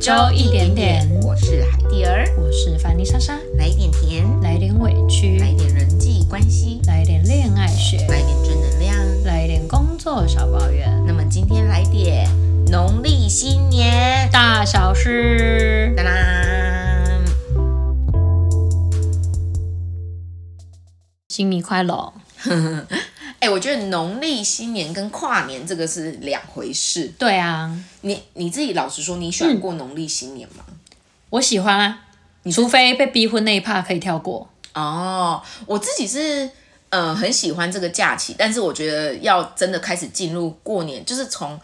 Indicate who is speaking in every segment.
Speaker 1: 周一点点
Speaker 2: 我是海蒂儿，
Speaker 1: 我是凡妮莎莎，
Speaker 2: 来一点甜，
Speaker 1: 来点委
Speaker 2: 来一
Speaker 1: 屈，
Speaker 2: 点人际关系，
Speaker 1: 来点恋爱学，
Speaker 2: 来一点正能量。
Speaker 1: 来点工作小抱怨，
Speaker 2: 那么今天来点农历新年，
Speaker 1: 大小事。
Speaker 2: 当当，
Speaker 1: 新年快乐！
Speaker 2: 哎，我觉得农历新年跟跨年这个是两回事。
Speaker 1: 对啊，
Speaker 2: 你你自己老实说，你喜
Speaker 1: 嗯
Speaker 2: 欢过农历新年吗？
Speaker 1: 我喜欢啊，除非被逼婚那一趴可以跳过。
Speaker 2: 哦，我自己是呃很喜欢这个假期，但是我觉得要真的开始进入过年，就是从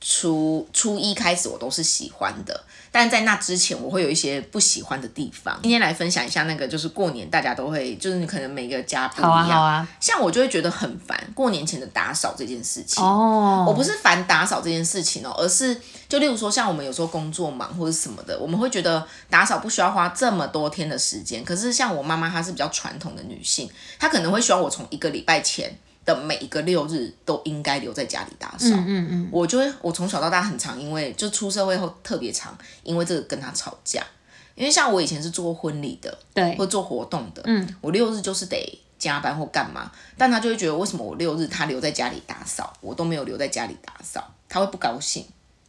Speaker 2: 初初一开始，我都是喜欢的。但在那之前，我会有一些不喜欢的地方。今天来分享一下那个，就是过年大家都会，就是你可能每个家不一
Speaker 1: 好啊，
Speaker 2: 样，
Speaker 1: 好啊。
Speaker 2: 像我就会觉得很烦过年前的打扫这件事情。
Speaker 1: 哦，
Speaker 2: 我不是烦打扫这件事情哦，而是就例如说，像我们有时候工作忙或者什么的，我们会觉得打扫不需要花这么多天的时间。可是像我妈妈，她是比较传统的女性，她可能会希望我从一个礼拜前的每一个六日都应该留在家里打扫。
Speaker 1: 嗯嗯嗯，
Speaker 2: 我就会，我从小到大很常因为就出社会后特别常因为这个跟她吵架，因为像我以前是做婚礼的，
Speaker 1: 对
Speaker 2: 或，做活动的，
Speaker 1: 嗯，
Speaker 2: 我六日就是得加班或干嘛，但他就会觉得为什么我六日他留在家里打扫，我都没有留在家里打扫，他会不高兴。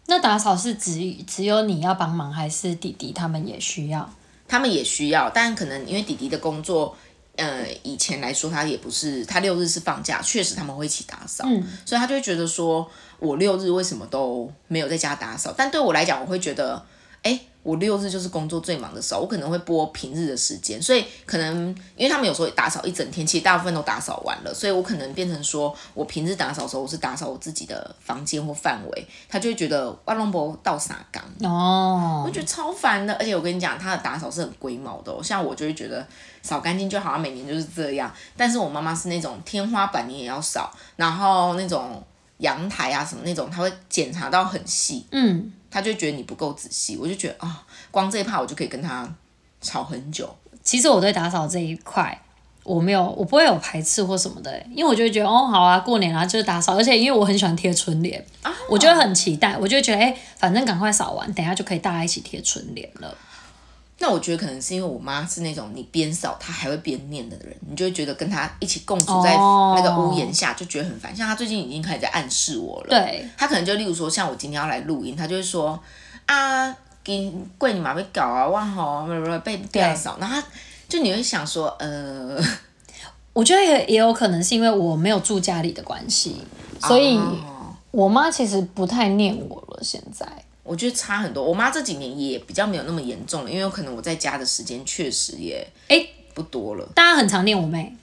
Speaker 1: 那打扫是只只有你要帮忙，还是弟弟他们也需要？
Speaker 2: 他们也需要，但可能因为弟弟的工作，呃，以前来说他也不是，他六日是放假，确实他们会一起打扫，所以他就会觉得说我六日为什么都没有在家打扫？但对我来讲，我会觉得，哎、我六日就是工作最忙的时候，我可能会播平日的时间，所以可能因为他们有时候打扫一整天，其实大部分都打扫完了，所以我可能变成说我平日打扫的时候，我是打扫我自己的房间或范围，他就会觉得万龙博到啥岗。
Speaker 1: 哦
Speaker 2: 我，觉得超烦的，而且我跟你讲，它的打扫是很龟毛的、哦，像我就会觉得扫干净就好，像每年就是这样。但是我妈妈是那种天花板你也要扫，然后那种阳台啊什么那种，她会检查到很细，
Speaker 1: 嗯，
Speaker 2: 她就会觉得你不够仔细。我就觉得啊、光这一趴我就可以跟她吵很久。
Speaker 1: 其实我对打扫这一块，我没有，我不会有排斥或什么的欸，因为我就会觉得，哦，好啊，过年啊，就是打扫，而且因为我很喜欢贴春联，我就会很期待，我就会觉得，哎、反正赶快扫完，等一下就可以大家一起贴春联了。
Speaker 2: 那我觉得可能是因为我妈是那种你边扫她还会边念的人，你就会觉得跟她一起共处在
Speaker 1: 哦
Speaker 2: 那个屋檐下就觉得很烦。像她最近已经开始在暗示我了。
Speaker 1: 对，
Speaker 2: 他可能就例如说，像我今天要来录音，他就会说啊，今过年嘛被搞啊，哇吼，不不被打扫，然后他就你会想说，呃，
Speaker 1: 我觉得也也有可能是因为我没有住家里的关系，所以
Speaker 2: 哦
Speaker 1: 我妈其实不太念我了。现在，
Speaker 2: 我觉得差很多。我妈这几年也比较没有那么严重了，因为有可能我在家的时间确实也
Speaker 1: 哎
Speaker 2: 不多了
Speaker 1: 大家很常念我妹，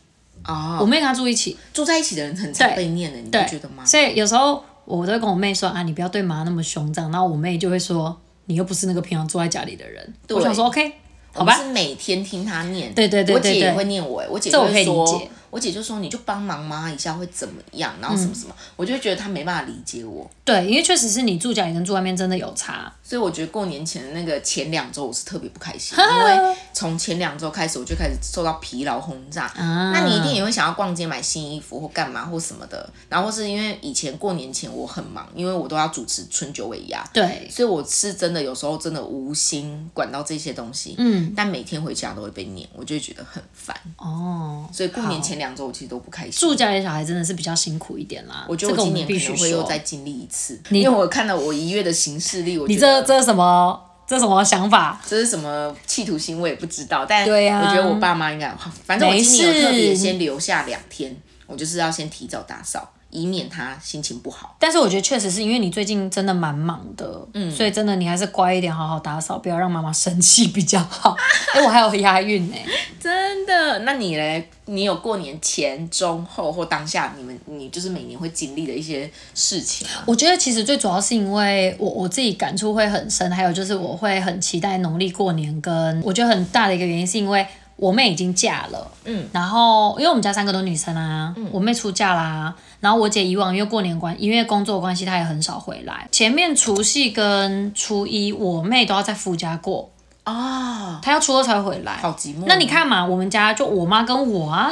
Speaker 2: 啊、
Speaker 1: 我妹跟她住一起，
Speaker 2: 住在一起的人很常
Speaker 1: 对
Speaker 2: 被念的，你不
Speaker 1: 对
Speaker 2: 觉得吗？
Speaker 1: 所以有时候我都会跟我妹说啊，你不要对妈那么凶这样，然后我妹就会说，你又不是那个平常住在家里的人。
Speaker 2: 对
Speaker 1: 我想说 OK，好
Speaker 2: 我
Speaker 1: 吧，
Speaker 2: 是每天听她念。
Speaker 1: 对对对
Speaker 2: 我姐
Speaker 1: 对
Speaker 2: 也
Speaker 1: 对
Speaker 2: 会念我，我姐
Speaker 1: 这
Speaker 2: 就
Speaker 1: 我可
Speaker 2: 会
Speaker 1: 以
Speaker 2: 说，
Speaker 1: 理
Speaker 2: 我
Speaker 1: 解
Speaker 2: 姐就说你就帮忙妈一下会怎么样，然后什么什么，我就会觉得她没办法理解我。
Speaker 1: 对，因为确实是你住家里跟住外面真的有差。
Speaker 2: 所以我觉得过年前的那个前两周我是特别不开心，因为从前两周开始我就开始受到疲劳轰炸。
Speaker 1: 啊
Speaker 2: 那你一定也会想要逛街买新衣服或干嘛或什么的，然后或是因为以前过年前我很忙，因为我都要主持春酒尾牙，
Speaker 1: 对，
Speaker 2: 所以我是真的有时候真的无心管到这些东西。
Speaker 1: 嗯，
Speaker 2: 但每天回家都会被念，我就会觉得很烦。
Speaker 1: 哦，
Speaker 2: 所以过年
Speaker 1: 好
Speaker 2: 前两周我其实都不开心。
Speaker 1: 住家里的小孩真的是比较辛苦一点啦。
Speaker 2: 我觉得
Speaker 1: 这个
Speaker 2: 我
Speaker 1: 我
Speaker 2: 今
Speaker 1: 们
Speaker 2: 年可
Speaker 1: 必须
Speaker 2: 能会
Speaker 1: 说
Speaker 2: 又再经历一次，因为我看了我一月的行事历，我
Speaker 1: 你
Speaker 2: 觉
Speaker 1: 这
Speaker 2: 得
Speaker 1: 这什么这什么想法？
Speaker 2: 这是什么企图心，我也不知道。但
Speaker 1: 对啊呀
Speaker 2: 我觉得我爸妈应该，反正我今年有特别
Speaker 1: 没事
Speaker 2: 先留下两天，我就是要先提早打扫，以免他心情不好。
Speaker 1: 但是我觉得确实是因为你最近真的蛮忙的，嗯，所以真的你还是乖一点，好好打扫，不要让妈妈生气比较好。哎、我还有押韵呢、
Speaker 2: 真的？那你嘞？你有过年前、中、后或当下，你们你就是每年会经历的一些事情吗？
Speaker 1: 我觉得其实最主要是因为我我自己感触会很深，还有就是我会很期待农历过年跟，我觉得很大的一个原因是因为我妹已经嫁了，嗯，然后因为我们家三个都女生啊，我妹出嫁啦，然后我姐以往因为过年关，因为工作关系她也很少回来，前面除夕跟初一我妹都要在夫家过，
Speaker 2: 哦，
Speaker 1: 她要初二才会回来，
Speaker 2: 好寂寞。
Speaker 1: 那你看嘛，我们家就我妈跟我啊，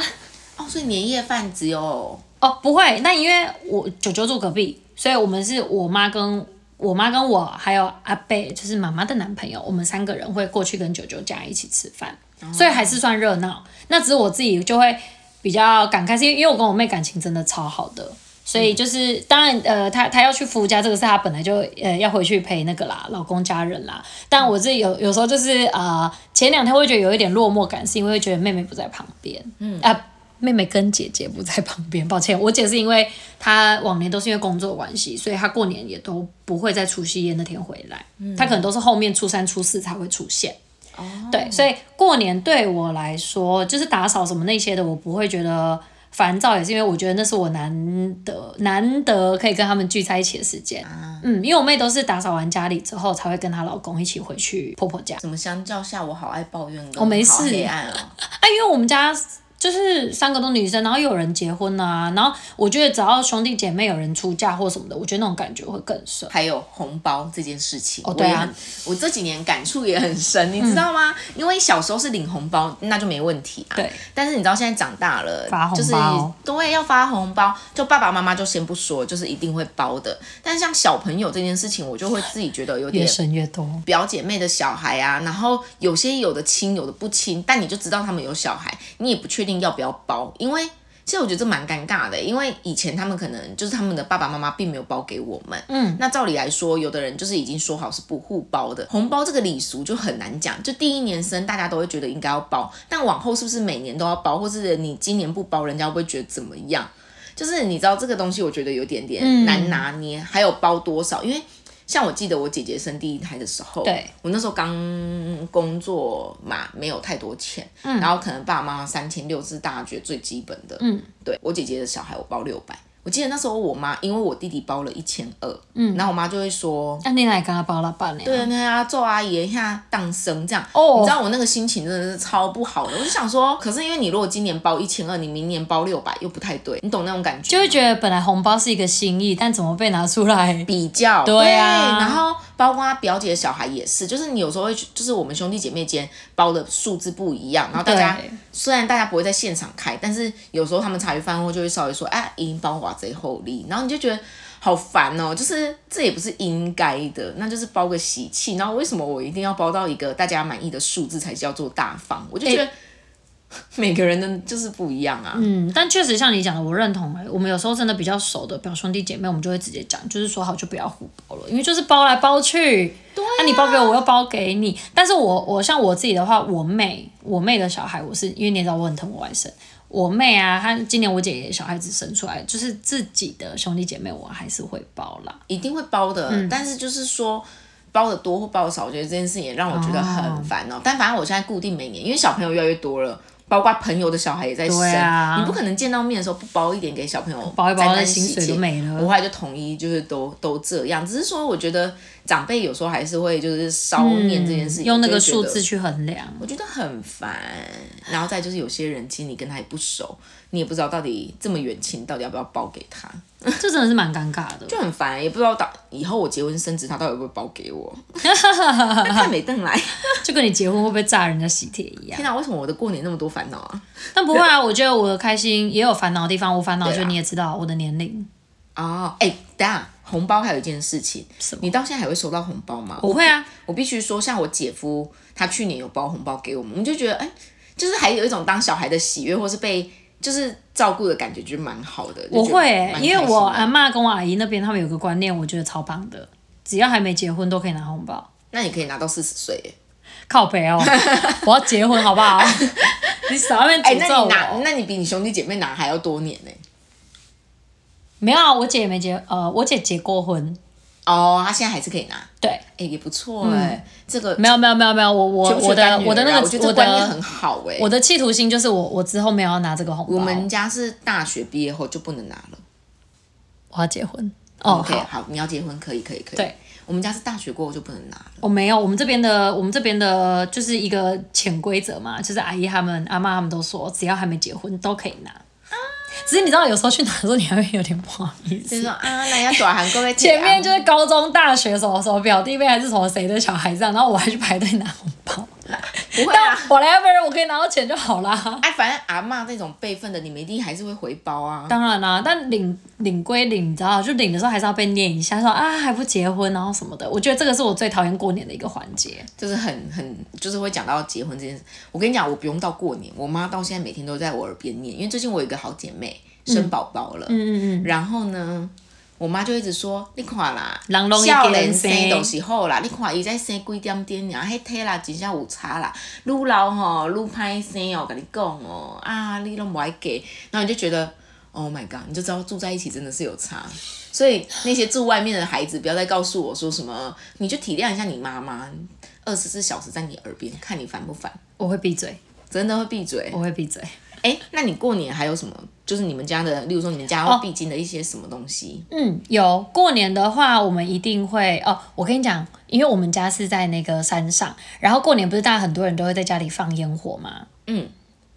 Speaker 2: 哦，所以年夜饭只有
Speaker 1: 哦，不会，那因为我舅舅住隔壁，所以我们是我妈跟我妈跟我还有阿贝，就是妈妈的男朋友，我们三个人会过去跟九九家一起吃饭，所以还是算热闹。那只是我自己就会比较感慨，是因为因为我跟我妹感情真的超好的，所以就是、当然呃，她她要去夫家，这个是她本来就呃要回去陪那个啦，老公家人啦。但我自己有有时候就是呃前两天会觉得有一点落寞感，是因为会觉得妹妹不在旁边，嗯啊。妹妹跟姐姐不在旁边，抱歉，我姐是因为她往年都是因为工作关系，所以她过年也都不会在除夕夜那天回来，她可能都是后面初三、初四才会出现。对，所以过年对我来说，就是打扫什么那些的，我不会觉得烦躁，也是因为我觉得那是我难得难得可以跟他们聚在一起的时间。嗯，因为我妹都是打扫完家里之后，才会跟她老公一起回去婆婆家。
Speaker 2: 怎么相较下，我好爱抱怨跟
Speaker 1: 哦没事
Speaker 2: 好黑暗哦。
Speaker 1: 啊，因为我们家就是三个都女生，然后又有人结婚了啊，然后我觉得只要兄弟姐妹有人出嫁或什么的，我觉得那种感觉会更深。
Speaker 2: 还有红包这件事情，
Speaker 1: 哦
Speaker 2: 我也
Speaker 1: 对啊
Speaker 2: 很，我这几年感触也很深，你知道吗？因为小时候是领红包，那就没问题啊。
Speaker 1: 对。
Speaker 2: 但是你知道现在长大了，
Speaker 1: 发红
Speaker 2: 就是
Speaker 1: 包
Speaker 2: 对要发红包，就爸爸妈妈就先不说，就是一定会包的。但像小朋友这件事情，我就会自己觉得有
Speaker 1: 越
Speaker 2: 点
Speaker 1: 深越多，
Speaker 2: 表姐妹的小孩啊，然后有些有的亲，有的不亲，但你就知道他们有小孩，你也不确定要不要包，因为其实我觉得这蛮尴尬的，因为以前他们可能就是他们的爸爸妈妈并没有包给我们，嗯，那照理来说，有的人就是已经说好是不互包的，红包这个礼俗就很难讲，就第一年生大家都会觉得应该要包，但往后是不是每年都要包，或是你今年不包，人家会不会觉得怎么样？就是你知道这个东西，我觉得有点点难拿捏，还有包多少，因为。像我记得我姐姐生第一胎的时候，
Speaker 1: 对
Speaker 2: 我那时候刚工作嘛，没有太多钱，然后可能爸妈三千六是大家觉得最基本的，嗯，对我姐姐的小孩我包六百，我记得那时候我妈因为我弟弟包了一千二，嗯，然后我妈就会说。
Speaker 1: 那、你哪里跟他包了半年？
Speaker 2: 对，那啊，做阿姨一下当生这样，
Speaker 1: 哦
Speaker 2: 你知道我那个心情真的是超不好的。我就想说，可是因为你如果今年包一千二，你明年包六百又不太对，你懂那种感觉吗？
Speaker 1: 就会觉得本来红包是一个心意，但怎么被拿出来？
Speaker 2: 比较，
Speaker 1: 对啊
Speaker 2: 然后包括他表姐的小孩也是，就是你有时候会去，就是我们兄弟姐妹间包的数字不一样，然后大家
Speaker 1: 对
Speaker 2: 虽然大家不会在现场开，但是有时候他们茶余饭后就会稍微说，哎，已经包瓦贼厚礼，然后你就觉得。好烦哦，就是这也不是应该的，那就是包个喜气。然后为什么我一定要包到一个大家满意的数字才叫做大方？我就觉得、每个人的就是不一样啊。
Speaker 1: 嗯，但确实像你讲的，我认同、欸。我们有时候真的比较熟的表兄弟姐妹，我们就会直接讲，就是说好就不要互包了，因为就是包来包去。对、啊，你包给我，我又包给你。但是我我像我自己的话，我妹我妹的小孩，我是因为你也知道我很疼我外甥，我妹啊，她今年我姐姐小孩子生出来，就是自己的兄弟姐妹，我还是会包啦。
Speaker 2: 一定会包的，
Speaker 1: 嗯
Speaker 2: 但是就是说包的多或包的少，我觉得这件事情也让我觉得很烦哦。但反正我现在固定每年，因为小朋友越来越多了。包括朋友的小孩也在生，
Speaker 1: 对啊
Speaker 2: 你不可能见到面的时候不包一点给小朋友，
Speaker 1: 包一包
Speaker 2: 沾沾
Speaker 1: 那薪
Speaker 2: 喜
Speaker 1: 水
Speaker 2: 气
Speaker 1: 都没了
Speaker 2: 我后来就统一就是都都这样，只是说我觉得长辈有时候还是会就是稍念这件事情，
Speaker 1: 嗯用那
Speaker 2: 就
Speaker 1: 个
Speaker 2: 会觉
Speaker 1: 数
Speaker 2: 得
Speaker 1: 字去衡 量。
Speaker 2: 我觉得很烦。然后再就是有些人，其实你跟他也不熟，你也不知道到底这么远亲到底要不要包给他，
Speaker 1: 这真的是蛮尴尬的。
Speaker 2: 就很烦，也不知道到以后我结婚升职，他到底会不会包给 我？太没邓来！
Speaker 1: 就跟你结婚会不会炸人家喜帖一样
Speaker 2: 天。哪，为什么我的过年那么多烦恼啊？
Speaker 1: 但不会啊，我觉得我的开心也有烦恼的地方。我烦恼
Speaker 2: 对
Speaker 1: 就
Speaker 2: 啊
Speaker 1: 你也知道，我的年龄。
Speaker 2: 哦，哎、等一下，红包还有一件事情，你到现在还会收到红包吗？
Speaker 1: 我会啊，
Speaker 2: 我必须说，像我姐夫，他去年有包红包给我们，我们就觉得，哎、就是还有一种当小孩的喜悦，或是被就是照顾的感觉，就蛮好的。
Speaker 1: 我会欸、因为我阿
Speaker 2: 啊，
Speaker 1: 嬷跟我阿姨那边他们有个观念，我觉得超棒的，只要还没结婚都可以拿红包。
Speaker 2: 那你可以拿到四十岁欸。
Speaker 1: 靠北 哦，我要结婚好不好？ 你少在那
Speaker 2: 哎、
Speaker 1: 边诅
Speaker 2: 那
Speaker 1: 咒
Speaker 2: 你拿，
Speaker 1: 我。
Speaker 2: 那你比你兄弟姐妹拿还要多年呢、
Speaker 1: 没有啊，我姐也没结，呃，我姐结过婚。
Speaker 2: 哦，他现在还是可以拿，哎、
Speaker 1: 对，
Speaker 2: 也不错哎、这个
Speaker 1: 没有没有没有没有，我我
Speaker 2: 全部
Speaker 1: 我
Speaker 2: 全干
Speaker 1: 的
Speaker 2: 女儿啊
Speaker 1: 我的那
Speaker 2: 我
Speaker 1: 个
Speaker 2: 觉得这观念
Speaker 1: 的
Speaker 2: 很好哎、
Speaker 1: 我的企图心就是我我之后没有要拿这个红包，
Speaker 2: 我们家是大学毕业后就不能拿了。
Speaker 1: 我要结婚。哦，
Speaker 2: OK，
Speaker 1: 好，
Speaker 2: 好，你要结婚可以，可以，可以。
Speaker 1: 对，
Speaker 2: 我们家是大学过后就不能拿了。
Speaker 1: 我、哦没有，我们这边的我们这边的就是一个潜规则嘛，就是阿姨他们、阿妈他们都说，只要还没结婚都可以拿。只是你知道，有时候去拿的时候，你还会有点不好意
Speaker 2: 就是
Speaker 1: 思
Speaker 2: 说。啊，那要短韩国 的啊
Speaker 1: 前面就是高中、大学什么什么表弟妹还是什么谁的小孩这样，然后我还去排队拿红包，
Speaker 2: 不会 啊。
Speaker 1: whatever，我可以拿到钱就好啦。
Speaker 2: 哎，反正阿嬷那种辈分的，你们一定还是会回包啊。
Speaker 1: 当然啦、但领领归领，你知道，就领的时候还是要被念一下，说啊还不结婚，然后什么的。我觉得这个是我最讨厌过年的一个环节。
Speaker 2: 就是很很，就是会讲到结婚这件事。我跟你讲，我不用到过年，我妈到现在每天都在我耳边念，因为最近我有一个好姐妹生宝宝了，
Speaker 1: 嗯嗯嗯，
Speaker 2: 然后呢，我妈就一直说，你看啦，
Speaker 1: 人拢已经
Speaker 2: 少年生
Speaker 1: 生
Speaker 2: 都是好啦，你看伊才生几点啊点尔，迄体力真正有差啦，愈老吼愈歹生哦，跟你讲哦，啊，你拢无爱嫁，然后你就觉得。Oh my god！你就知道住在一起真的是有差，所以那些住外面的孩子，不要再告诉我说什么，你就体谅一下你妈妈，二十四小时在你耳边，看你烦不烦，
Speaker 1: 我会闭嘴，
Speaker 2: 真的会闭嘴。
Speaker 1: 我会闭嘴。
Speaker 2: 哎、那你过年还有什么？就是你们家的，例如说你们家
Speaker 1: 哦
Speaker 2: 要必经的一些什么东西？
Speaker 1: 嗯，有过年的话，我们一定会哦。我跟你讲，因为我们家是在那个山上，然后过年不是大家很多人都会在家里放烟火嘛。
Speaker 2: 嗯，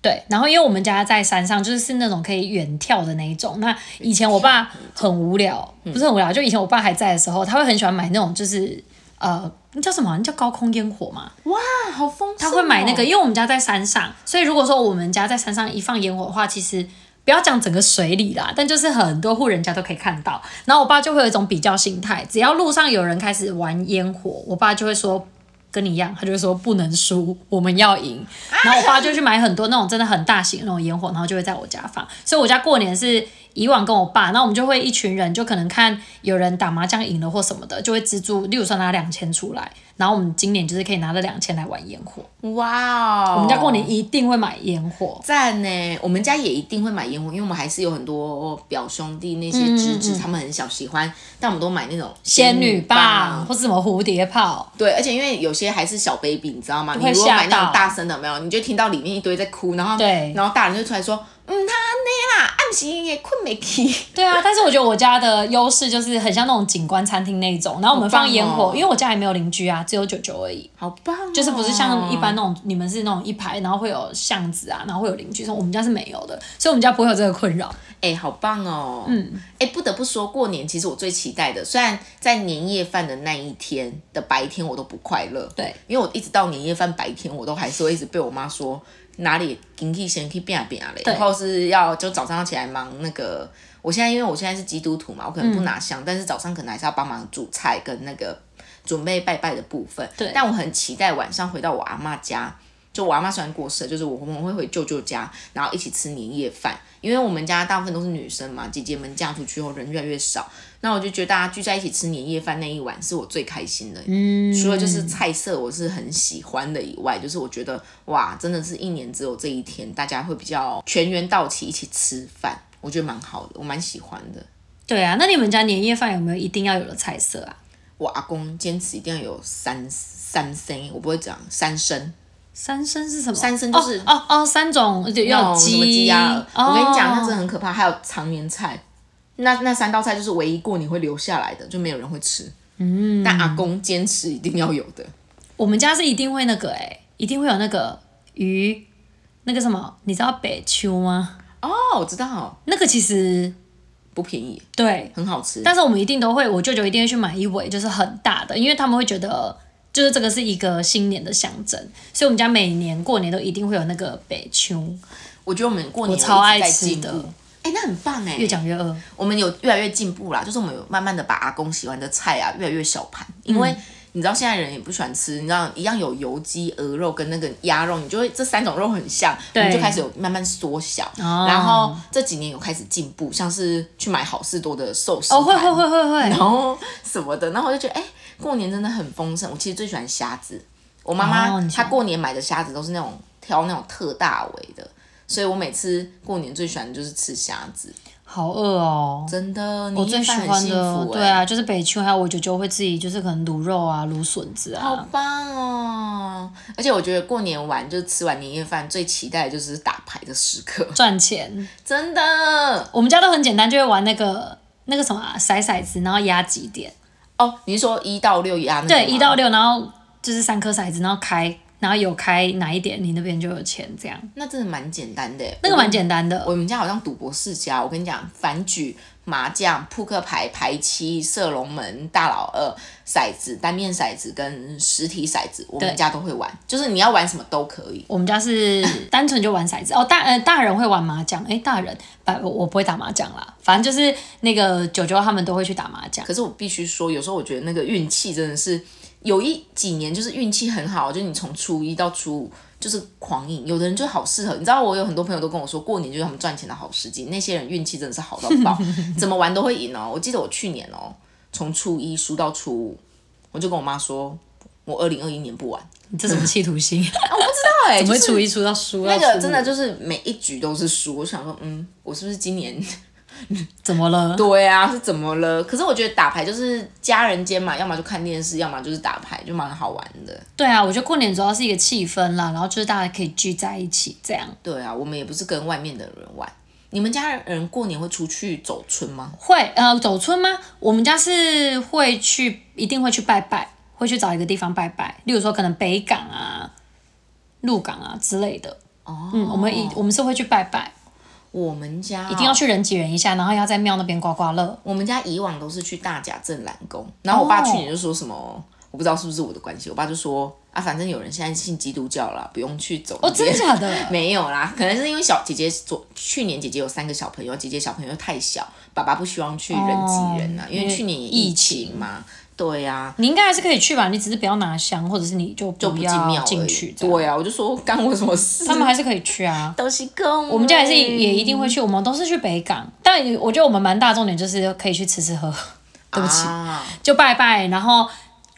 Speaker 1: 对。然后因为我们家在山上，就是是那种可以远眺的那一种。那以前我爸很无聊，不是很无聊，就以前我爸还在的时候，他会很喜欢买那种就是呃，那叫什么啊？那叫高空烟火嘛。
Speaker 2: 啊，好丰盛、
Speaker 1: 他会买那
Speaker 2: 哦
Speaker 1: 个，因，为我们家在山上，所以如果说我们家在山上一放烟火的话，其实不要讲整个水里啦，但就是很多户人家都可以看到。然后我爸就会有一种比较心态，只要路上有人开始玩烟火，我爸就会说。跟你一样，他就会说不能输，我们要赢。然后我爸就去买很多那种真的很大型的那种烟火，然后就会在我家放。所以我家过年是以往跟我爸，那我们就会一群人，就可能看有人打麻将赢了或什么的，就会资助，例如说拿两千出来，然后我们今年就是可以拿着两千来玩烟火。
Speaker 2: 哇哦！
Speaker 1: 我们家过年一定会买烟火。
Speaker 2: 赞呢，我们家也一定会买烟火，因为我们还是有很多表兄弟那些侄子，他们很小喜欢，但我们都买那种
Speaker 1: 嗯仙女
Speaker 2: 女
Speaker 1: 棒。或是什么蝴蝶炮，
Speaker 2: 对，而且因为有些还是小 baby，你知道吗？你
Speaker 1: 会
Speaker 2: 如果
Speaker 1: 吓
Speaker 2: 买那种
Speaker 1: 到
Speaker 2: 大声的，没有，你就听到里面一堆在哭，然后
Speaker 1: 对
Speaker 2: 然后大人就出来说，嗯，他那啦，暗时也困没起。
Speaker 1: 对啊，但是我觉得我家的优势就是很像那种景观餐厅那一种，然后我们
Speaker 2: 好棒
Speaker 1: 放烟火，
Speaker 2: 哦
Speaker 1: 因为我家也没有邻居啊，只有九九而已，
Speaker 2: 好棒、哦！
Speaker 1: 就是不是像一般那种你们是那种一排，然后会有巷子啊，然后会有邻居，所以我们家是没有的，所以我们家不会有这个困扰。
Speaker 2: 哎、好棒哦！嗯，哎、不得不说，过年其实我最期待的，虽然在年夜饭的那一天的白天我都不快乐，
Speaker 1: 对，
Speaker 2: 因为我一直到年夜饭白天，我都还是会一直被我妈说哪里经济先去变啊变啊嘞，
Speaker 1: 对
Speaker 2: 然后是要就早上要起来忙那个。我现在因为我现在是基督徒嘛，我
Speaker 1: 嗯
Speaker 2: 可能不拿香，但是早上可能还是要帮忙煮菜跟那个准备拜拜的部分。
Speaker 1: 对
Speaker 2: 但我很期待晚上回到我阿妈家，就我阿妈虽然过世了，就是我们会回舅舅家，然后一起吃年夜饭。因为我们家大部分都是女生嘛，姐姐们嫁出去后人越来越少，那我就觉得大家聚在一起吃年夜饭那一晚是我最开心的。嗯，除了就是菜色我是很喜欢的以外，就是我觉得哇，真的是一年只有这一天，大家会比较全员到齐一起吃饭，我觉得蛮好的，我蛮喜欢的。
Speaker 1: 对啊，那你们家年夜饭有没有一定要有的菜色啊？
Speaker 2: 我阿公坚持一定要有三三声，我不会讲三声。
Speaker 1: 三牲是什么？
Speaker 2: 三牲就是
Speaker 1: 哦哦哦，三种对
Speaker 2: 那
Speaker 1: 要有
Speaker 2: 种什么鸡鸭鹅，我跟你讲，那真的
Speaker 1: 哦
Speaker 2: 很可怕。还有常年菜，那那三道菜就是唯一过年会留下来的，就没有人会吃。嗯，但阿公坚持一定要有的。
Speaker 1: 我们家是一定会那个哎、一定会有那个鱼，那个什么，你知道北秋吗？
Speaker 2: 哦，我知道，
Speaker 1: 那个其实
Speaker 2: 不便宜，
Speaker 1: 对，
Speaker 2: 很好吃。
Speaker 1: 但是我们一定都会，我舅舅一定会去买一尾，就是很大的，因为他们会觉得就是这个是一个新年的象征，所以我们家每年过年都一定会有那个北秋，
Speaker 2: 我觉得我们过年
Speaker 1: 我超
Speaker 2: 有一直
Speaker 1: 爱
Speaker 2: 在
Speaker 1: 吃
Speaker 2: 进
Speaker 1: 的
Speaker 2: 步。哎、那很棒哎、
Speaker 1: 越讲越 饿。
Speaker 2: 我们有越来越进步啦，就是我们有慢慢的把阿公喜欢的菜啊，越来越小盘，因为
Speaker 1: 嗯
Speaker 2: 你知道现在人也不喜欢吃，你知道一样有油鸡、鹅肉跟那个鸭肉，你就会这三种肉很像，我
Speaker 1: 对
Speaker 2: 们就开始有慢慢缩小，
Speaker 1: 哦
Speaker 2: 然后这几年有开始进步，像是去买好事多的寿司
Speaker 1: 哦，会
Speaker 2: 盘
Speaker 1: 会会会
Speaker 2: 然
Speaker 1: 会，
Speaker 2: 后什么的，然后我就觉得哎、过年真的很丰盛。我其实最喜欢虾子，我妈妈、
Speaker 1: 哦你喜
Speaker 2: 她
Speaker 1: 欢
Speaker 2: 过年买的虾子都是那种挑那种特大尾的。所以我每次过年最喜欢的就是吃虾子，
Speaker 1: 好饿哦。
Speaker 2: 真的，你
Speaker 1: 我最喜欢
Speaker 2: 幸
Speaker 1: 的，
Speaker 2: 福、欸，
Speaker 1: 对，啊，就是北秋，还有我舅舅会自己就是可能卤肉啊、卤笋子啊，
Speaker 2: 好棒哦！而且我觉得过年完就是吃完年夜饭，最期待的就是打牌的时刻，
Speaker 1: 赚钱。
Speaker 2: 真的
Speaker 1: 我们家都很简单，就会玩那个那个什么、啊、骰骰子，然后压几点？
Speaker 2: 哦。你是说一到六啊压那个
Speaker 1: 对，
Speaker 2: 吗
Speaker 1: 一到六，然后就是三颗骰子，然后开，然后有开哪一点，你那边就有钱，这样
Speaker 2: 那真的蛮简单的欸，
Speaker 1: 那个
Speaker 2: 我
Speaker 1: 蛮简单的。
Speaker 2: 我们家好像赌博世家，我跟你讲，反举麻将、扑克牌、排七、射龙门、大老二、骰子、单面骰子跟实体骰子，我们
Speaker 1: 对
Speaker 2: 家都会玩，就是你要玩什么都可以。
Speaker 1: 我们家 是单纯就玩骰子哦，大呃大人会玩麻将，诶，大人，不我我不会打麻将啦，反正就是那个九九他们都会去打麻将，
Speaker 2: 可是我必须说，有时候我觉得那个运气真的是有一几年就是运气很好，就是你从初一到初五就是狂赢，有的人就好适合。你知道我有很多朋友都跟我说，过年就是他们赚钱的好时机，那些人运气真的是好到爆，怎么玩都会赢哦。我记得我去年哦，从初一输到初五，我就跟我妈说，我二零二一年不玩。
Speaker 1: 你这什么企图 心？
Speaker 2: 哦对，
Speaker 1: 怎么会
Speaker 2: 欸就是
Speaker 1: 初一初到输到
Speaker 2: 那个
Speaker 1: 初
Speaker 2: 真
Speaker 1: 五
Speaker 2: 的就是每一局都是输，我想说，嗯，我是不是今年
Speaker 1: 怎么了？
Speaker 2: 对啊，是怎么了？可是我觉得打牌就是家人间嘛，要么就看电视，要么就是打牌，就蛮好玩的。
Speaker 1: 对啊，我觉得过年主要是一个气氛啦，然后就是大家可以聚在一起这样。
Speaker 2: 对啊，我们也不是跟外面的人玩。你们家人过年会出去走村吗？
Speaker 1: 会呃走村吗？我们家是会去，一定会去拜拜，会去找一个地方拜拜，例如说可能北港啊、鹿港啊之类的。
Speaker 2: 哦
Speaker 1: 嗯，我们一我们是会去拜拜，
Speaker 2: 我们家一
Speaker 1: 一定要。去人挤人一下，然后要在庙那边刮刮乐。
Speaker 2: 我们家以往都是去大甲镇澜宫，然后我爸
Speaker 1: 哦
Speaker 2: 去年就说什么，我不知道是不是我的关系，我爸就说啊，反正有人现在信基督教啦，不用去走
Speaker 1: 哦，
Speaker 2: 那
Speaker 1: 真
Speaker 2: 边
Speaker 1: 的假的？
Speaker 2: 没有啦，可能是因为小姐姐昨去年姐姐有三个小朋友，姐姐小朋友太小，爸爸不希望去人挤人啊，
Speaker 1: 哦
Speaker 2: 因为去年也疫情嘛，对呀、
Speaker 1: 你应该还是可以去吧，你只是不要拿香，或者是你就
Speaker 2: 就
Speaker 1: 就
Speaker 2: 不
Speaker 1: 不
Speaker 2: 进
Speaker 1: 要
Speaker 2: 庙
Speaker 1: 进
Speaker 2: 而
Speaker 1: 去
Speaker 2: 已。
Speaker 1: 这样。
Speaker 2: 对呀、啊我就说干我什么事？
Speaker 1: 他们还是可以去啊。
Speaker 2: 都是跟
Speaker 1: 我们家也是也一定会去，我们都是去北港，但我觉得我们蛮大重点就是可以去吃吃喝喝，对不起，
Speaker 2: 啊
Speaker 1: 就拜拜，然后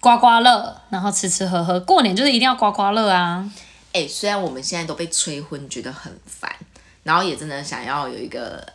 Speaker 1: 刮刮乐，然后吃吃喝喝。过年就是一定要刮刮乐啊！
Speaker 2: 哎、虽然我们现在都被催婚，觉得很烦，然后也真的想要有一个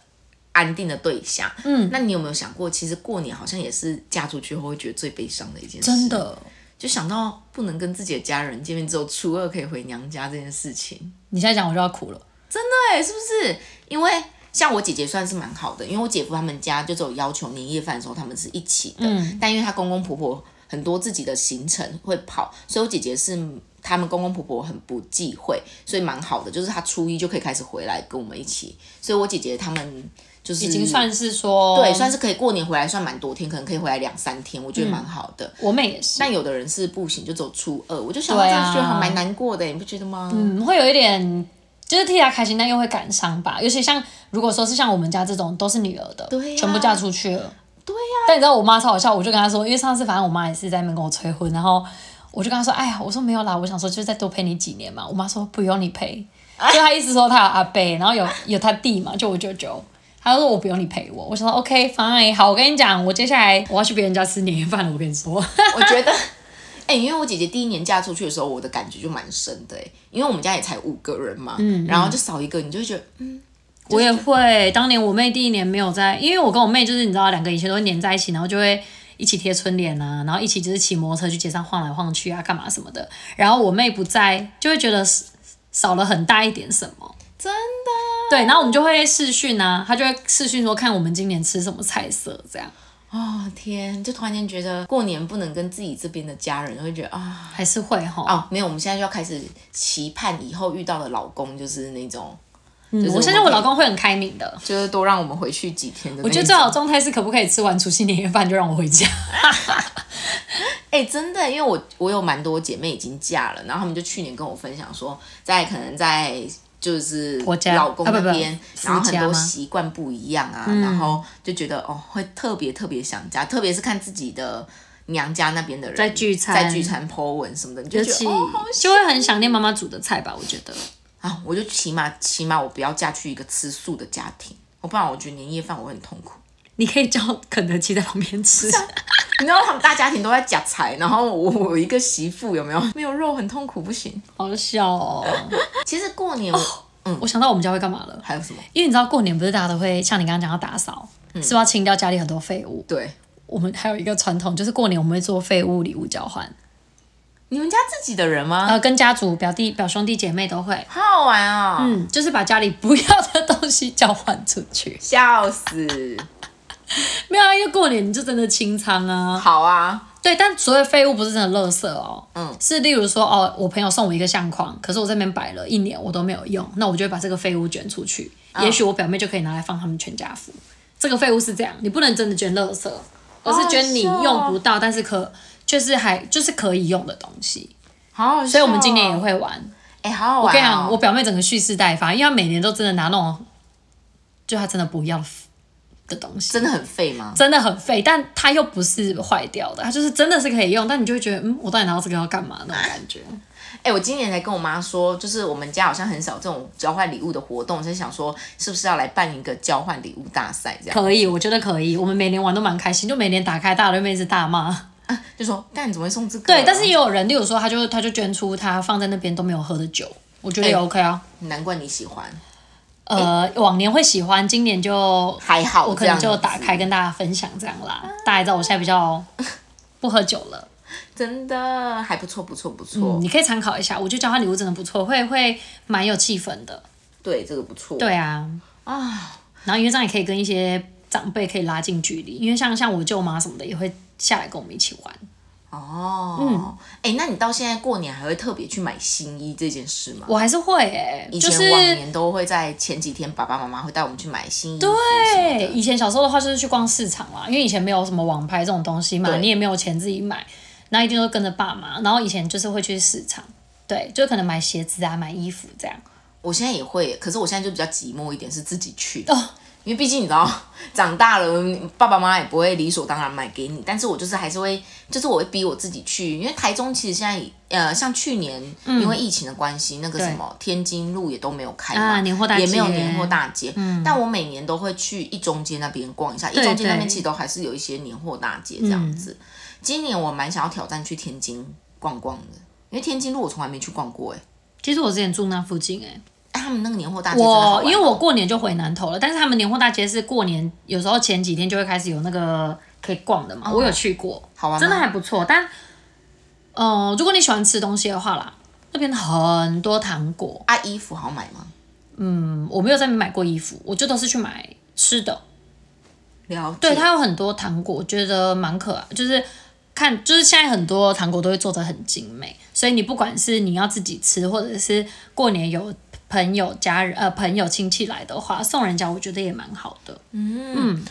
Speaker 2: 安定的对象。嗯，那你有没有想过，其实过年好像也是嫁出去后会觉得最悲伤的一件事？
Speaker 1: 真，的，
Speaker 2: 就想到不能跟自己的家人见面，只有初二可以回娘家这件事情。
Speaker 1: 你现在讲我就要哭了。
Speaker 2: 对，是不是？因为像我姐姐算是蛮好的，因为我姐夫他们家就只有要求年夜饭的时候他们是一起的，
Speaker 1: 嗯
Speaker 2: 但因为她公公婆婆很多自己的行程会跑，所以我姐姐是他们公公婆婆很不忌讳，所以蛮好的，就是她初一就可以开始回来跟我们一起，所以我姐姐他们就是
Speaker 1: 已经嗯算是说，
Speaker 2: 对，算是可以过年回来算蛮多天，可能可以回来两三天，我觉得蛮好的。
Speaker 1: 我妹也是，
Speaker 2: 但有的人是不行，就走初二，我就想到这
Speaker 1: 对
Speaker 2: 样
Speaker 1: 啊
Speaker 2: 觉得还蛮难过的，你不觉得吗？
Speaker 1: 嗯，会有一点就是替她开心，但又会感伤吧。尤其像如果说是像我们家这种都是女儿的，
Speaker 2: 对呀
Speaker 1: 全部嫁出去了，对呀、但你知道我妈超好笑，我就跟她说，因为上次反正我妈也是在那边跟我催婚，然后。我就跟她说，哎呀，我说没有啦，我想说就是再多陪你几年嘛。我妈说不用你陪，就她意思说她有阿伯，然后有有她弟嘛，就我舅舅。她说我不用你陪我，我想说 OK fine，好，我跟你讲，我接下来我要去别人家吃年夜饭了，我跟你说。
Speaker 2: 我觉得，哎、因为我姐姐第一年嫁出去的时候，我的感觉就蛮深的、哎，因为我们家也才五个人嘛，
Speaker 1: 嗯
Speaker 2: 然后就少一个，你就会觉得，嗯
Speaker 1: 我也会，当年我妹第一年没有在，因为我跟我妹就是你知道，两个以前都会黏在一起，然后就会一起贴春联啊，然后一起就是骑摩托车去街上晃来晃去啊，干嘛什么的。然后我妹不在，就会觉得少少了很大一点什么。
Speaker 2: 真
Speaker 1: 的？对，然后我们就会视讯啊，她就会视讯说看我们今年吃什么菜色这样，
Speaker 2: 哦天，就突然间觉得过年不能跟自己这边的家人，会觉得啊，
Speaker 1: 还是会哈。
Speaker 2: 哦，没有，我们现在就要开始期盼以后遇到的老公就是那种，
Speaker 1: 嗯，我相信我老公会很开明的。
Speaker 2: 就是多让我们回去几天的那种。
Speaker 1: 我觉得最好的状态是可不可以吃完除夕年夜饭就让我回家。
Speaker 2: 哎、真的，因为我我有蛮多姐妹已经嫁了，然后她们就去年跟我分享说，在可能在就是
Speaker 1: 婆家
Speaker 2: 老公
Speaker 1: 啊不
Speaker 2: 那
Speaker 1: 不
Speaker 2: 边，
Speaker 1: 夫
Speaker 2: 然后很
Speaker 1: 家
Speaker 2: 多
Speaker 1: 吗嗯
Speaker 2: 习惯不一样啊，然后就觉得哦，会特别特别想家，特别是看自己的娘家那边的人
Speaker 1: 在聚餐
Speaker 2: 在聚餐 po 文什么的，你就
Speaker 1: 尤
Speaker 2: 觉
Speaker 1: 其
Speaker 2: 得哦好
Speaker 1: 就会很想念妈妈煮的菜吧，我觉得。
Speaker 2: 啊，我就起码起码我不要嫁去一个吃素的家庭，哦我不然我觉得年夜饭我会很痛苦。
Speaker 1: 你可以叫肯德基在旁边 吃。
Speaker 2: 你知道他们大家庭都在夹菜，然后我我一个媳妇有没 有没有肉很痛苦不行。
Speaker 1: 好笑哦！
Speaker 2: 其实过年我、
Speaker 1: 我想到我们家会干嘛了，
Speaker 2: 还有什么？
Speaker 1: 因为你知道过年不是大家都会像你刚刚讲要打扫，是不是要清掉家里很多废物？
Speaker 2: 对，
Speaker 1: 我们还有一个传统就是过年我们会做废物礼物交换，
Speaker 2: 你们家自己的人吗？
Speaker 1: 呃，跟家族、表弟、表兄弟姐妹都会，
Speaker 2: 好好玩哦，
Speaker 1: 嗯，就是把家里不要的东西交换出去。
Speaker 2: 笑死！
Speaker 1: 没有啊，因为过年你就真的清仓啊。
Speaker 2: 好啊，
Speaker 1: 对，但所谓废物不是真的垃圾哦，
Speaker 2: 嗯
Speaker 1: 嗯，是例如说哦，我朋友送我一个相框，可是我这边摆了一
Speaker 2: 嗯
Speaker 1: 年我都没有用，那我就会把这个废物捐出去，也许我表妹就可以拿来放他们全家福，这个废物是这样，你不能真的捐垃圾，而
Speaker 2: 好
Speaker 1: 是
Speaker 2: 好
Speaker 1: 捐你
Speaker 2: 笑哦
Speaker 1: 用不到，但是可就是还就是可以用的东西。
Speaker 2: 好好笑哦，
Speaker 1: 所以我们今年也会玩。
Speaker 2: 哎、好好
Speaker 1: 我
Speaker 2: 玩、哦。
Speaker 1: 跟你讲，我表妹整个蓄势待发，因为她每年都真的拿那种，就她真的不要的东西，
Speaker 2: 真的很废吗？
Speaker 1: 真的很废，但它又不是坏掉的，它就是真的是可以用，但你就会觉得，嗯，我到底拿到这个要干嘛那种感觉。
Speaker 2: 哎、我今年才跟我妈说，就是我们家好像很少这种交换礼物的活动，就想说是不是要来办一个交换礼物大赛，这样
Speaker 1: 可以，我觉得可以，我们每年玩都蛮开心，就每年打开大家都妹子大骂。
Speaker 2: 就说干怎么会送这个？
Speaker 1: 对，但是也有人，例如说，他就他就捐出他放在那边都没有喝的酒，我觉得也
Speaker 2: 哎
Speaker 1: OK 啊。
Speaker 2: 难怪你喜欢，
Speaker 1: 呃，往年会喜欢，今年就
Speaker 2: 还好
Speaker 1: 我
Speaker 2: 这
Speaker 1: 可
Speaker 2: 样
Speaker 1: 能
Speaker 2: 子
Speaker 1: 就打开跟大家分享这样啦。大家也知道我现在比较不喝酒了，
Speaker 2: 真的还不错，不错，不错。
Speaker 1: 嗯，你可以参考一下。我觉得交换礼物真的不错，会会蛮有气氛的。
Speaker 2: 对，这个不错。
Speaker 1: 对啊，
Speaker 2: 啊，
Speaker 1: 然后因为这样也可以跟一些长辈可以拉近距离，因为像像我舅妈什么的也会下来跟我们一起玩。
Speaker 2: 哦，嗯，哎、那你到现在过年还会特别去买新衣这件事吗？
Speaker 1: 我还是会诶、
Speaker 2: 以
Speaker 1: 就
Speaker 2: 前
Speaker 1: 是
Speaker 2: 往年都会在前几天，爸爸妈妈会带我们去买新衣服什么的。
Speaker 1: 对以前小时候的话就是去逛市场啦，啊因为以前没有什么网拍这种东西嘛，
Speaker 2: 对
Speaker 1: 你也没有钱自己买，然后一定都跟着爸妈。然后以前就是会去市场，对，就可能买鞋子啊、买衣服这样。
Speaker 2: 我现在也会，可是我现在就比较寂寞一点，是自己去的。
Speaker 1: 哦
Speaker 2: 因为毕竟你知道，长大了，爸爸妈妈也不会理所当然买给你，但是我就是还是会，就是我会逼我自己去，因为台中其实现在，呃，像去年、
Speaker 1: 嗯
Speaker 2: 因为疫情的关系，那个什么天津路也都没有开嘛，
Speaker 1: 啊年货大街嗯
Speaker 2: 也没有年货大街，但我每年都会去一中街那边逛一下，一
Speaker 1: 对
Speaker 2: 中街那边
Speaker 1: 对嗯
Speaker 2: 其实都还是有一些年货大街这样子。今年我蛮想要挑战去天津逛逛的，因为天津路我从来没去逛过、欸，
Speaker 1: 其实我之前住那附近诶、欸
Speaker 2: 哎，他们那个年货大街真的好
Speaker 1: 我
Speaker 2: 玩
Speaker 1: 因为我过年就回南投了，但是他们年货大街是过年有时候前几天就会开始有那个可以逛的嘛，我有去过，
Speaker 2: 好玩吗
Speaker 1: 真的还不错。但，呃，如果你喜欢吃东西的话啦，那边很多糖果，
Speaker 2: 啊，衣服好买吗？
Speaker 1: 嗯，我没有在那边买过衣服，我就都是去买吃的。
Speaker 2: 了解，
Speaker 1: 对，它有很多糖果，我觉得蛮可爱，就是看，就是现在很多糖果都会做的很精美，所以你不管是你要自己吃，或者是过年有朋友、家人呃朋友亲戚来的话，送人家我觉得也蛮好的。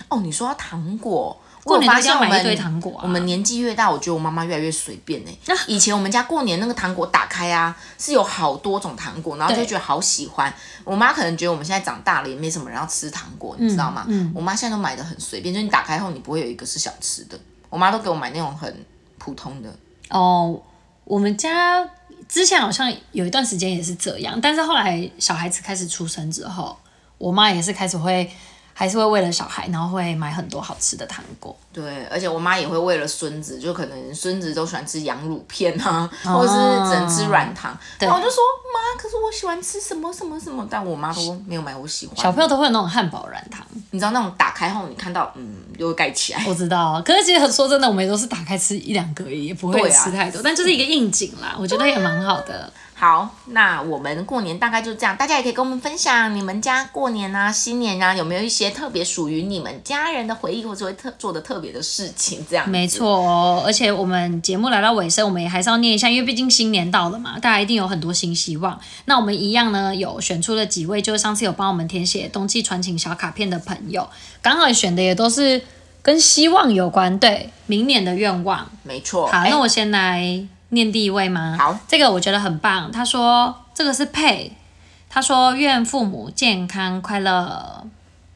Speaker 2: 哦，你说到糖果，
Speaker 1: 过
Speaker 2: 我有
Speaker 1: 年
Speaker 2: 发
Speaker 1: 都一定
Speaker 2: 现
Speaker 1: 要
Speaker 2: 我
Speaker 1: 买一
Speaker 2: 们
Speaker 1: 堆糖果啊啊
Speaker 2: 我们年纪越大，我觉得我妈妈越来越随便哎、以前我们家过年那个糖果打开啊，是有好多种糖果，然后就
Speaker 1: 对
Speaker 2: 觉得好喜欢。我妈可能觉得我们现在长大了也没什么人要吃糖果，
Speaker 1: 嗯
Speaker 2: 你知道吗？我妈现在都买的很随便，就是你打开后你不会有一个是想吃的。我妈都给我买那种很普通的，
Speaker 1: 哦，我们家之前好像有一段时间也是这样，但是后来小孩子开始出生之后，我妈也是开始会。还是会为了小孩，然后会买很多好吃的糖果。
Speaker 2: 对，而且我妈也会为了孙子，就可能孙子都喜欢吃羊乳片啊，
Speaker 1: 哦
Speaker 2: 或者是只能吃软糖。然后我就说妈，可是我喜欢吃什么什么什么，但我妈都没有买我喜欢的。
Speaker 1: 小朋友都会有那种汉堡软糖，
Speaker 2: 你知道那种打开后你看到，嗯，就会盖起来。
Speaker 1: 我知道，可是其实说真的，我们也都是打开吃一两个而已，也不
Speaker 2: 对
Speaker 1: 会
Speaker 2: 啊
Speaker 1: 吃太多，但就是一个应景啦，我觉得也蛮好的。
Speaker 2: 好，那我们过年大概就这样，大家也可以跟我们分享你们家过年啊、新年啊有没有一些特别属于你们家人的回忆，或者会特做的特别的事情，这样。
Speaker 1: 没。错哦，而且我们节目来到尾声，我们也还是要念一下，因为毕竟新年到了嘛，大家一定有很多新希望。那我们一样呢，有选出了几位，就是上次有帮我们填写冬季传情小卡片的朋友，刚好选的也都是跟希望有关，对，明年的愿望。
Speaker 2: 没错。
Speaker 1: 好，
Speaker 2: 哎
Speaker 1: 那我先来念第一位吗？
Speaker 2: 好，
Speaker 1: 这个我觉得很棒。他说这个是配，他说愿父母健康快乐，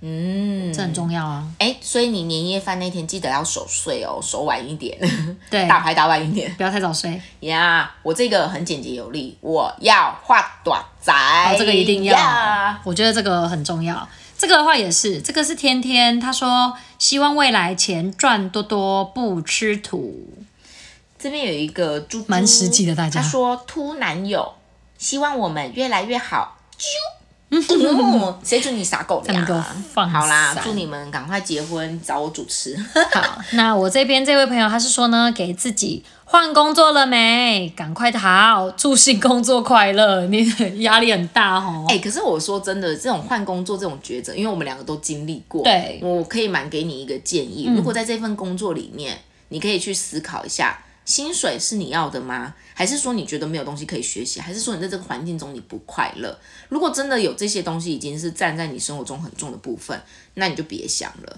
Speaker 2: 嗯，
Speaker 1: 这很重要啊。
Speaker 2: 哎、所以你年夜饭那天记得要守岁哦，守晚一点，
Speaker 1: 对，
Speaker 2: 打牌打晚一点
Speaker 1: 不要太早睡。
Speaker 2: 呀。哎我这个很简洁有力，我要画短仔、
Speaker 1: 哦，这个一定要
Speaker 2: 呀
Speaker 1: 我觉得这个很重要。这个的话也是，这个是天天他说希望未来钱赚多多，不吃土。
Speaker 2: 这边有一个猪猪，
Speaker 1: 蛮实际的大家
Speaker 2: 他说秃男友，希望我们越来越好。
Speaker 1: 嗯
Speaker 2: 啾，哦谁准你傻狗粮
Speaker 1: 这样给我
Speaker 2: 啊？
Speaker 1: 放
Speaker 2: 好啦，
Speaker 1: 散
Speaker 2: 祝你们赶快结婚，找我主持。
Speaker 1: 好，那我这边这位朋友他是说呢，给自己换工作了没？赶快逃，祝新工作快乐。你的压力很大哦。
Speaker 2: 哎、可是我说真的，这种换工作这种抉择，因为我们两个都经历过，
Speaker 1: 对嗯
Speaker 2: 我可以蛮给你一个建议，如果在这份工作里面，你可以去思考一下。薪水是你要的吗？还是说你觉得没有东西可以学习？还是说你在这个环境中你不快乐？如果真的有这些东西已经是占在你生活中很重的部分，那你就别想了，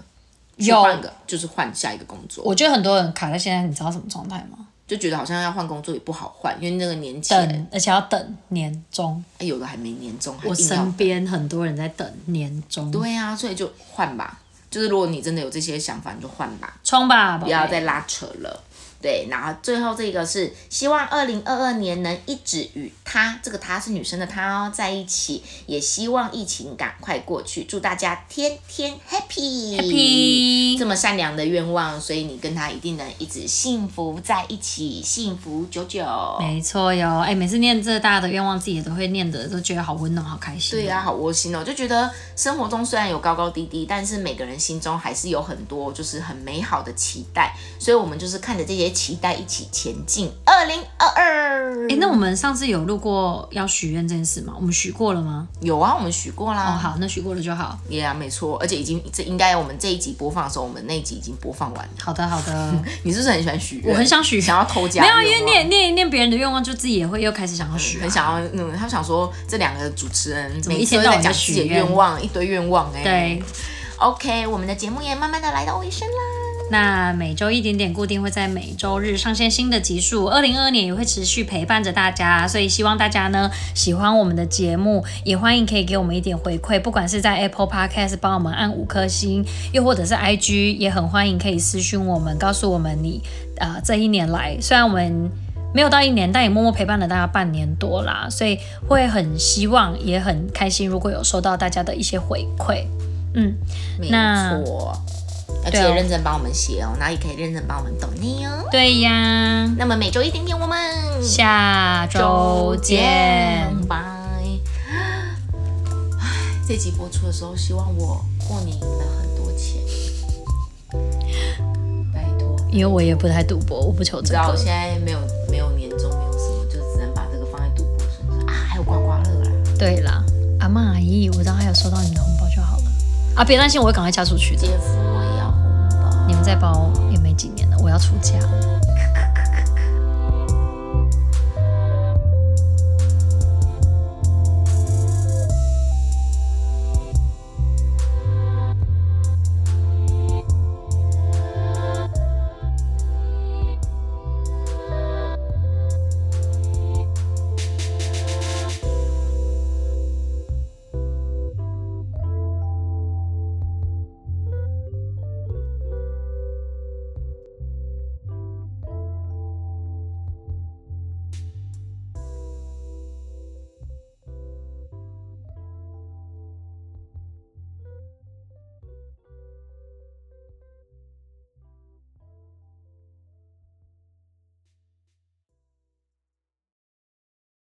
Speaker 2: 去
Speaker 1: 有
Speaker 2: 换个就是换下一个工作。
Speaker 1: 我觉得很多人卡在现在，你知道什么状态吗？
Speaker 2: 就觉得好像要换工作也不好换，因为那个年纪、
Speaker 1: 等，而且要等年终。
Speaker 2: 哎有的还没年终，还
Speaker 1: 我
Speaker 2: 硬要
Speaker 1: 身边很多人在等年终，
Speaker 2: 对啊，所以就换吧。就是如果你真的有这些想法，你就换吧。
Speaker 1: 冲吧，宝
Speaker 2: 不要
Speaker 1: 贝
Speaker 2: 再拉扯了。对，然后最后这个是希望二零二二年能一直与他这个他是女生的他哦在一起，也希望疫情赶快过去，祝大家天天 happy
Speaker 1: Happy
Speaker 2: 这么善良的愿望，所以你跟他一定能一直幸福在一起，幸福久久。
Speaker 1: 没错哟，哎、每次念这大家的愿望，自己也都会念的，都觉得好温暖，好开心。
Speaker 2: 对呀、好窝心哦！就觉得生活中虽然有高高低低，但是每个人心中还是有很多就是很美好的期待，所以我们就是看着这些期待一起前进。二零二二，
Speaker 1: 哎、那我们上次有录过要许愿这件事吗？我们许过了吗？
Speaker 2: 有啊，我们许过
Speaker 1: 哦，
Speaker 2: 啦，
Speaker 1: 好，那许过了就好。
Speaker 2: 也、啊没错，而且已经这应该我们这一集播放的时候，我们那一集已经播放完了。
Speaker 1: 好的，好的。
Speaker 2: 你是不是很喜欢许愿？
Speaker 1: 我很想许
Speaker 2: 想要偷家
Speaker 1: 没有
Speaker 2: 愿
Speaker 1: 啊，因
Speaker 2: 望，
Speaker 1: 为念念念别人的愿望，就自己也会又开始想要许、啊
Speaker 2: 很。想要，嗯，他想说这两个主持人
Speaker 1: 么
Speaker 2: 每
Speaker 1: 一
Speaker 2: 次
Speaker 1: 天
Speaker 2: 都
Speaker 1: 到
Speaker 2: 在
Speaker 1: 晚在
Speaker 2: 讲自己的
Speaker 1: 许愿
Speaker 2: 愿望，一堆愿望哎、
Speaker 1: 对，
Speaker 2: ，OK，我们的节目也慢慢的来到尾声啦。
Speaker 1: 那每周一点点固定会在每周日上线新的集数，二零二二年也会持续陪伴着大家，所以希望大家呢喜欢我们的节目，也欢迎可以给我们一点回馈，不管是在 Apple Podcast 帮我们按五颗星，又或者是 IG，也很欢迎可以私讯我们，告诉我们你呃这一年来，虽然我们。没有到一年，但也默默陪伴了大家半年多啦，所以会很希望，也很开心，如果有收到大家的一些回馈，嗯，
Speaker 2: 没
Speaker 1: 那
Speaker 2: 错，而
Speaker 1: 对
Speaker 2: 且
Speaker 1: 哦
Speaker 2: 认真帮我们写哦，然后也可以认真帮我们抖内哦。
Speaker 1: 对呀，
Speaker 2: 那么每周一点点，我们
Speaker 1: 下周见。，
Speaker 2: 拜。唉这集播出的时候，希望我过年赢了很多钱，拜托。
Speaker 1: 因为我也不太赌博，我不求
Speaker 2: 你知
Speaker 1: 这
Speaker 2: 道我现
Speaker 1: 个。
Speaker 2: 在没有没有年终，没有什么，就只能把这个放在赌博身上啊。还有刮刮乐啦，
Speaker 1: 对啦，阿妈阿姨，我当还有收到你们的红包就好了。啊，别担心，我会赶快嫁出去的。
Speaker 2: 姐夫我也要红包。
Speaker 1: 你们再包也没几年了，我要出嫁了。